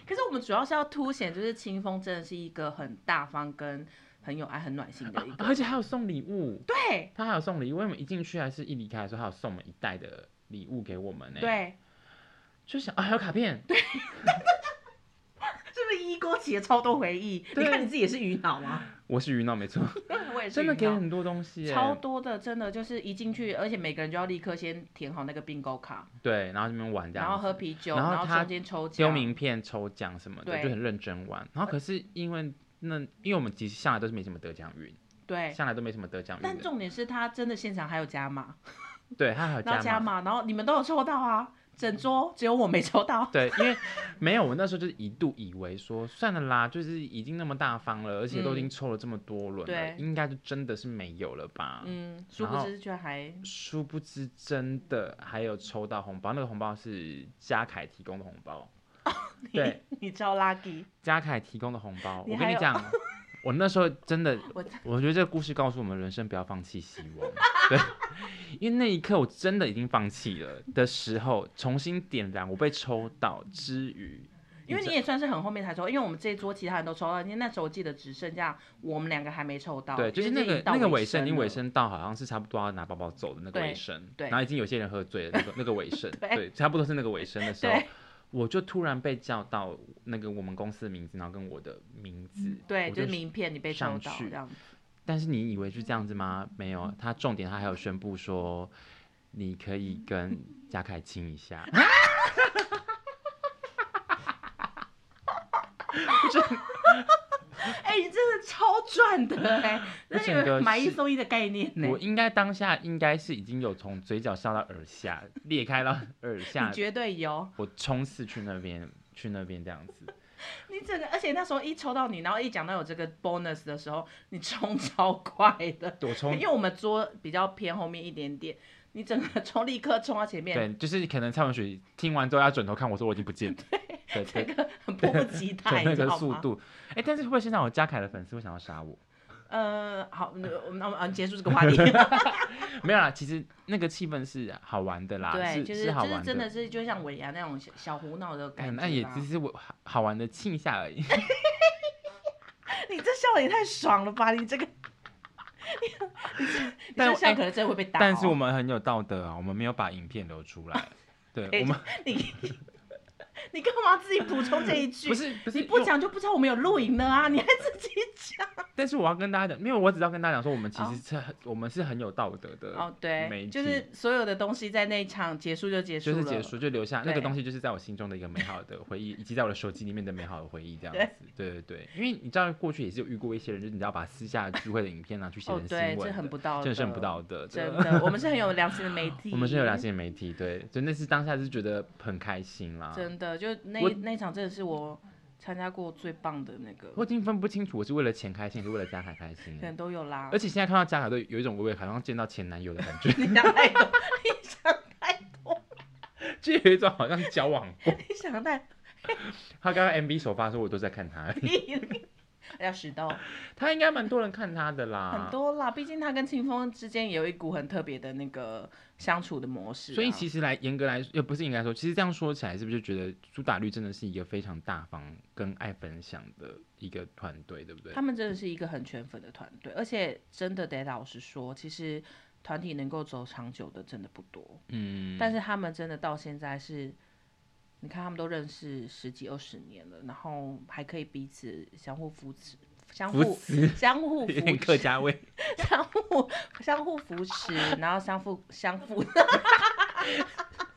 Speaker 2: 可是我们主要是要凸显，就是清风真的是一个很大方跟很有爱、很暖心
Speaker 1: [laughs]
Speaker 2: 的一个。
Speaker 1: 而且还有送礼物，
Speaker 2: 对
Speaker 1: 他还有送礼物，因为我们一进去还是一离开的时候，他有送我们一袋的礼物给我们呢、，
Speaker 2: 对，
Speaker 1: 就想啊，还有卡片，对，
Speaker 2: 是不是一锅起了超多回忆？
Speaker 1: 对
Speaker 2: 你看你自己也是鱼脑吗？ [laughs]
Speaker 1: 我是鱼闹没错，
Speaker 2: 我也是
Speaker 1: 真的
Speaker 2: 晕
Speaker 1: 给
Speaker 2: 到
Speaker 1: 很多东西耶，
Speaker 2: 超多的，真的就是一进去，而且每个人就要立刻先填好那个 bingo 卡，
Speaker 1: 对，然后这边玩这
Speaker 2: 然后
Speaker 1: 样子，
Speaker 2: 喝啤酒，
Speaker 1: 然后
Speaker 2: 然后
Speaker 1: 他
Speaker 2: 中间抽
Speaker 1: 丢
Speaker 2: 奖，
Speaker 1: 名片、抽奖什么的，
Speaker 2: 对呃
Speaker 1: 就很认真玩。然后可是因为那，因为我们其实向来都是没什么得奖运，
Speaker 2: 对。
Speaker 1: 向来都没什么得奖运
Speaker 2: 但
Speaker 1: 的，
Speaker 2: 重点是他真的现场还有加码，
Speaker 1: 对，他还有
Speaker 2: 然后加
Speaker 1: 码，
Speaker 2: 码，然后你们都有抽到啊，整桌只有我没抽
Speaker 1: [laughs]
Speaker 2: 到。
Speaker 1: 对，因为没有，我那时候就是一度以为说，算了啦，就是已经那么大方了，而且都已经抽了这么多轮了，
Speaker 2: 嗯对
Speaker 1: 应该就真的是没有了吧。
Speaker 2: 嗯，殊
Speaker 1: 然
Speaker 2: 不
Speaker 1: 后
Speaker 2: 知居然还
Speaker 1: 殊不知，真的还有抽到红包，那个红包是嘉凯提供的红包。对，
Speaker 2: [laughs] 你超 lucky，
Speaker 1: 嘉凯提供的红包，
Speaker 2: 你
Speaker 1: 我
Speaker 2: 还
Speaker 1: 跟你
Speaker 2: 有
Speaker 1: 讲，
Speaker 2: [laughs]
Speaker 1: 我那时候真的，
Speaker 2: 我
Speaker 1: 我觉得这个故事告诉我们，人生不要放弃希望。 [laughs] 对，因为那一刻我真的已经放弃了的时候，重新点燃我被抽到之余，
Speaker 2: 因为
Speaker 1: 知
Speaker 2: 你也算是很后面才抽，因为我们这一桌其他人都抽到，因为那时候我记得只剩下我们两个还没抽到。
Speaker 1: 对，就是那
Speaker 2: 已
Speaker 1: 个
Speaker 2: 经到
Speaker 1: 那个
Speaker 2: 尾
Speaker 1: 尾声已经尾
Speaker 2: 了。
Speaker 1: 声到好像是差不多要拿包包走的那个
Speaker 2: 对
Speaker 1: 尾声，
Speaker 2: 对
Speaker 1: 然后已经有些人喝醉了，那个那个尾声，
Speaker 2: [laughs] 对
Speaker 1: 对，差不多是那个尾声的时候
Speaker 2: 对。
Speaker 1: 我就突然被叫到那个我们公司的名字，然后跟我的名字，
Speaker 2: 嗯对，
Speaker 1: 我
Speaker 2: 就是
Speaker 1: 就
Speaker 2: 名片你被抽
Speaker 1: 上
Speaker 2: 到
Speaker 1: 去
Speaker 2: 这样子。
Speaker 1: 但是你以为是这样子吗？
Speaker 2: 嗯
Speaker 1: 没有，他重点他还有宣布说，你可以跟嘉凯亲一
Speaker 2: [laughs]
Speaker 1: 下。
Speaker 2: 哎、你真的超
Speaker 1: [laughs]
Speaker 2: 赚的哎、
Speaker 1: 我
Speaker 2: 那
Speaker 1: 整
Speaker 2: 个
Speaker 1: 个
Speaker 2: 买一
Speaker 1: 是
Speaker 2: 送一的概念欸呢、
Speaker 1: 我应该当下应该是已经有从嘴角笑到耳下，裂开到耳下
Speaker 2: 你，绝对有，
Speaker 1: 我冲刺去那边，去那边这样子。
Speaker 2: [laughs] 你整个，而且那时候一抽到你，然后一讲到有这个 bonus 的时候，你冲超快的，
Speaker 1: 我冲
Speaker 2: 因为我们桌比较偏后面一点点，你整个冲立刻冲到前面，
Speaker 1: 对，就是可能蔡文水听完之后要转头看我说我已经不见了，对
Speaker 2: [laughs] 那
Speaker 1: 对
Speaker 2: 个很迫不及待，
Speaker 1: 对，
Speaker 2: 你
Speaker 1: 那
Speaker 2: 知
Speaker 1: 个
Speaker 2: 道
Speaker 1: 速
Speaker 2: 吗？
Speaker 1: 度，哎、但是会不会现在有嘉凯的粉丝会想要杀
Speaker 2: [laughs]
Speaker 1: 我？
Speaker 2: 呃，好，那我们那我们结束这
Speaker 1: [laughs]
Speaker 2: 个话题。
Speaker 1: 没有啦，其实那个气氛是好玩的啦，
Speaker 2: 对，
Speaker 1: 是
Speaker 2: 就是
Speaker 1: 好
Speaker 2: 就是
Speaker 1: 玩
Speaker 2: 真的是就像尾牙那种小小胡闹的感觉
Speaker 1: 嗯
Speaker 2: 啦。
Speaker 1: 那也只是我好好玩的亲一下而已。
Speaker 2: 你这笑的也太爽了吧！
Speaker 1: [laughs]
Speaker 2: 你这个，你这你
Speaker 1: 但
Speaker 2: 这
Speaker 1: 我
Speaker 2: 笑
Speaker 1: 哎
Speaker 2: 可能真的会被打哦。
Speaker 1: 但是我们很有道德啊，我们没有把影片流出
Speaker 2: [laughs]
Speaker 1: 来。对，我们
Speaker 2: 哎你你干嘛自己补充这一句？
Speaker 1: 不是不是
Speaker 2: 你不，讲就不知道我们有录影了啊！你还自己讲。
Speaker 1: 但是我要跟大家讲，没有，我只要跟大家讲说，我们其
Speaker 2: 哦
Speaker 1: 实是很、我们是很有道德的。
Speaker 2: 哦，
Speaker 1: 媒
Speaker 2: 对，
Speaker 1: 体
Speaker 2: 就是所有的东西在那一场结束就结束
Speaker 1: 就
Speaker 2: 了，
Speaker 1: 是结束，就留下那个
Speaker 2: 对
Speaker 1: 东西，就是在我心中的一个美好的回忆，以及在我的手机里面的美好的回忆，这样
Speaker 2: 对
Speaker 1: 子。对对对，因为你知道过去也是有遇过一些人，就是你知道把私下聚会的影片拿去写
Speaker 2: 哦
Speaker 1: 成，新
Speaker 2: 对，
Speaker 1: 闻的，
Speaker 2: 这很不道德，
Speaker 1: 真的是很不道德
Speaker 2: 真
Speaker 1: 的。
Speaker 2: 的，我们是很有良心的媒体，
Speaker 1: [laughs] 我们是有良，心的媒体，对，真的是当下是觉得很开心啦。
Speaker 2: 真的，就那
Speaker 1: 啊我
Speaker 2: 那一场真的是我参加过最棒的那个，
Speaker 1: 我已经分不清楚我是为了钱开心，还是为了嘉凯开心
Speaker 2: 可。能都有啦
Speaker 1: 而。且现在看到嘉凯都有一种微微好像见到前男友的感觉， [laughs]
Speaker 2: [laughs] 你想太多，你想太多，
Speaker 1: 就有一种好像交往过。
Speaker 2: 你想太
Speaker 1: 他刚刚 MV 首发的时候，我都在看他，
Speaker 2: 低了。要石头
Speaker 1: 啊他应该蛮多人看他的
Speaker 2: 很
Speaker 1: 啦。
Speaker 2: 多啦，毕竟他跟清风之间也有一股很特别的那个相处的模式啊、
Speaker 1: 所以其实来严格来说，呃也不是应该说，其实这样说起来，是不是就觉得苏打绿真的是一个非常大方跟爱分享的一个团队，对不对
Speaker 2: 他？们真的是一个很圈粉的团队，而且真的得老实说，其实团体能够走长久的真的不多，
Speaker 1: 嗯，
Speaker 2: 但是他们真的到现在是，你看他们都认识十几二十年了，然后还可以彼此相互扶持。相
Speaker 1: 扶
Speaker 2: 互
Speaker 1: [laughs]
Speaker 2: 相互
Speaker 1: 有
Speaker 2: 扶
Speaker 1: 点客
Speaker 2: 持，
Speaker 1: 家味， [laughs]
Speaker 2: 相互相互扶持，然后相互相互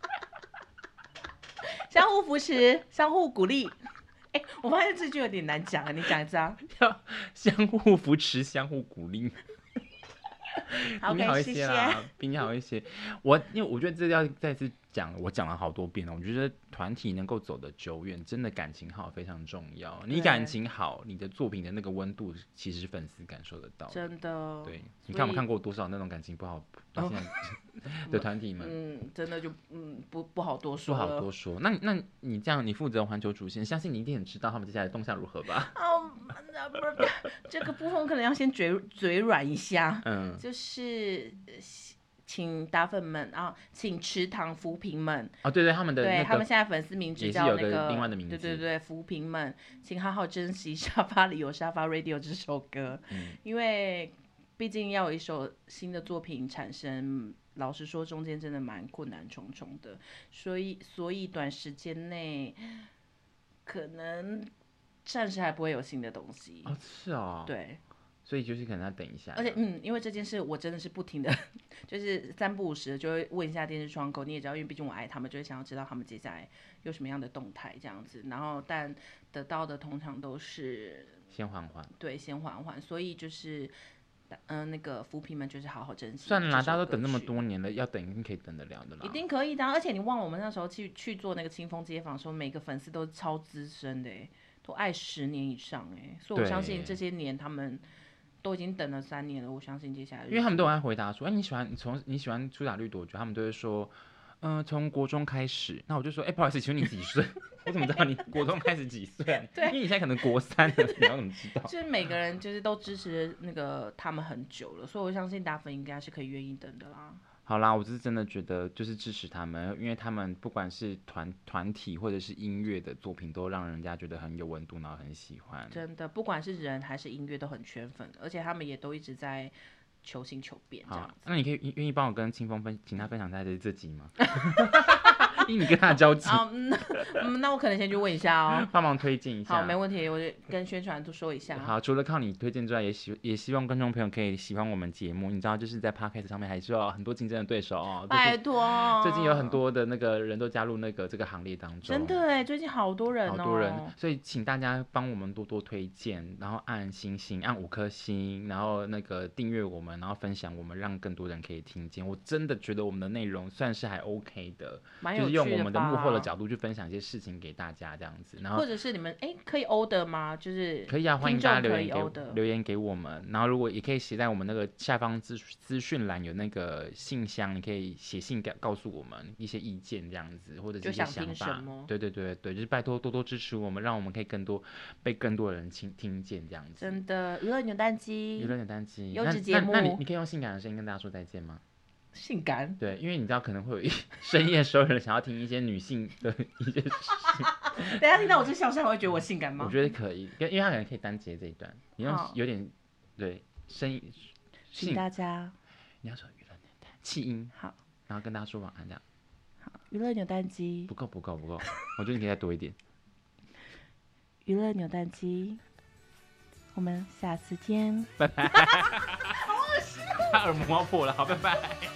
Speaker 2: [laughs] 相互扶持，相互鼓励。哎、我发现这句有点难讲啊，你讲一次啊。
Speaker 1: 要相互扶持，相互鼓励。比 [laughs] 你好啊
Speaker 2: OK，
Speaker 1: 一
Speaker 2: 谢
Speaker 1: 些
Speaker 2: 谢。
Speaker 1: 啦，比你好一些。我因为我觉得这要再次讲，我讲了好多遍了。我觉得团体能够走得久远，真的感情好非常重要。你感
Speaker 2: 对
Speaker 1: 情好，你的作品的那个温度，其实粉丝感受得到的。
Speaker 2: 真的，
Speaker 1: 对，你
Speaker 2: 所
Speaker 1: 看我们
Speaker 2: 以
Speaker 1: 看过多少那种感情不好到
Speaker 2: 哦 [laughs]
Speaker 1: 现在 [laughs] 的团体们，
Speaker 2: 嗯，真的就嗯不不好多
Speaker 1: 说
Speaker 2: 说
Speaker 1: 好
Speaker 2: 了。
Speaker 1: 多说。那你那你这样，你负责环球主线，相信你一定很知道他们接下来的动向如何
Speaker 2: [laughs]
Speaker 1: 吧？ [laughs]
Speaker 2: 哦，那不是 [laughs] 这个部分，我可能要先嘴嘴软一下，
Speaker 1: 嗯，
Speaker 2: 就是呃请打粉们啊，请池塘浮萍们，
Speaker 1: 哦，对对，他们的
Speaker 2: 对
Speaker 1: 那
Speaker 2: 他们
Speaker 1: 个
Speaker 2: 现在粉丝名
Speaker 1: 也
Speaker 2: 字
Speaker 1: 是
Speaker 2: 叫
Speaker 1: 有
Speaker 2: 那
Speaker 1: 个
Speaker 2: 个
Speaker 1: 另外的名
Speaker 2: 对对
Speaker 1: 字
Speaker 2: 对，浮萍们，请好好珍惜沙发里有沙发 Radio 这首歌，
Speaker 1: 嗯
Speaker 2: 因为毕竟要有一首新的作品产生，老实说中间真的蛮困难重重的，所以所以短时间内可能暂时还不会有新的东西，
Speaker 1: 哦，是哦，
Speaker 2: 对，
Speaker 1: 所以就是可能要等一下。
Speaker 2: 而且，嗯，因为这件事，我真的是不停的， [laughs] 就是三不五时就会问一下电视窗口，你也知道，因为毕竟我爱他们，就会想要知道他们接下来有什么样的动态这样子。然后，但得到的通常都是
Speaker 1: 先缓缓。
Speaker 2: 对，先缓缓。所以就是，嗯、呃那个浮皮们就是好好珍惜。
Speaker 1: 算了啦，
Speaker 2: 这首
Speaker 1: 大家都等那么
Speaker 2: 歌曲。
Speaker 1: 多年了，要等一定可以等得了的啦。
Speaker 2: 一定可以的啊、而且你忘了我们那时候去去做那个清风街访的时候，每个粉丝都超资深的欸，都爱十年以上哎，所以我
Speaker 1: 对
Speaker 2: 相信这些年他们都已经等了三年了，我相信接下来日
Speaker 1: 因为他们都很爱回答说，哎、你喜欢你从你喜欢苏打绿多久？他们都会说，嗯、从国中开始。那我就说，哎、不好意思，请问你几岁？ [laughs] 我怎么知道你国中开始几岁啊？
Speaker 2: 对
Speaker 1: 因为你现在可能国三了，你要怎么知道？ [laughs]
Speaker 2: 就是每个人就是都支持那个他们很久了，所以我相信大粉应该是可以愿意等的啦。
Speaker 1: 好啦，我是真的觉得就是支持他们，因为他们不管是团团体或者是音乐的作品，都让人家觉得很有温度，然后很喜欢。
Speaker 2: 真的，不管是人还是音乐都很圈粉，而且他们也都一直在求新求变这
Speaker 1: 好
Speaker 2: 样，子。
Speaker 1: 那你可以愿意帮我跟清风分，请他分享他的这集
Speaker 2: [laughs]
Speaker 1: 吗？因为你跟他的交集，
Speaker 2: 啊、嗯， [laughs] 嗯，那我可能先去问一下
Speaker 1: [laughs]
Speaker 2: 哦。
Speaker 1: 帮忙推荐一下。
Speaker 2: 好，没问啊题，我就跟宣传都说一下。
Speaker 1: [laughs] 好，除了靠你推荐之外，也希也希望观众朋友可以喜欢我们节目。你知道，就是在 podcast 上面还是有很多竞争的对手哦。最
Speaker 2: 拜
Speaker 1: 近
Speaker 2: 托，
Speaker 1: 最近有很多的那个人都加入那个这个行列当中，
Speaker 2: 真的哎，最近好多人哦，
Speaker 1: 好多人，所以请大家帮我们多多推荐，然后按星星，按五颗星，然后那个订阅我们，然后分享我们，让更多人可以听见。我真的觉得我们的内容算是还 OK 的，
Speaker 2: 蛮
Speaker 1: 就是
Speaker 2: 有趣吧
Speaker 1: 用我们的幕后的，角度去分享一些事情给大家这样子，然后
Speaker 2: 或者是你们哎可以 order 吗？就是
Speaker 1: 可以啊，欢迎
Speaker 2: 听众
Speaker 1: 大家留
Speaker 2: 可以
Speaker 1: 言给我
Speaker 2: order
Speaker 1: 留言给我们。然后如果也可以写在我们那个下方资资讯栏有那个信箱，你可以写信给告诉我们一些意见这样子，或者是
Speaker 2: 就
Speaker 1: 一些
Speaker 2: 想听
Speaker 1: 法
Speaker 2: 什么。
Speaker 1: 对对对对，就是拜托多多支持我们，让我们可以更多被更多人听听见这样子。
Speaker 2: 真的娱乐扭蛋
Speaker 1: 有
Speaker 2: 机，
Speaker 1: 点担心，
Speaker 2: 优
Speaker 1: 那
Speaker 2: 质
Speaker 1: 那
Speaker 2: 节
Speaker 1: 那你
Speaker 2: 目
Speaker 1: 你可以用性感的声音跟大家说再见吗？
Speaker 2: 性感，
Speaker 1: 对，因为你知道可能会有一 [laughs] 深夜的时候有人想要听一些女性的一些，
Speaker 2: 等一下听到我这笑声，会觉得我性感
Speaker 1: 我
Speaker 2: 吗？
Speaker 1: 觉得可以，因为因为他可能可以单截这一段，你用
Speaker 2: 好
Speaker 1: 有点对声音
Speaker 2: 请
Speaker 1: 性
Speaker 2: 大家
Speaker 1: 你要说娱乐年代弃音，
Speaker 2: 好，
Speaker 1: 然后跟大家说晚安，这样
Speaker 2: 娱乐扭蛋机
Speaker 1: 不，够不够不够，我觉得你可以再多一 [laughs] 点。
Speaker 2: 娱乐扭蛋机，我们下次见。
Speaker 1: 他耳膜要破了，好，拜拜。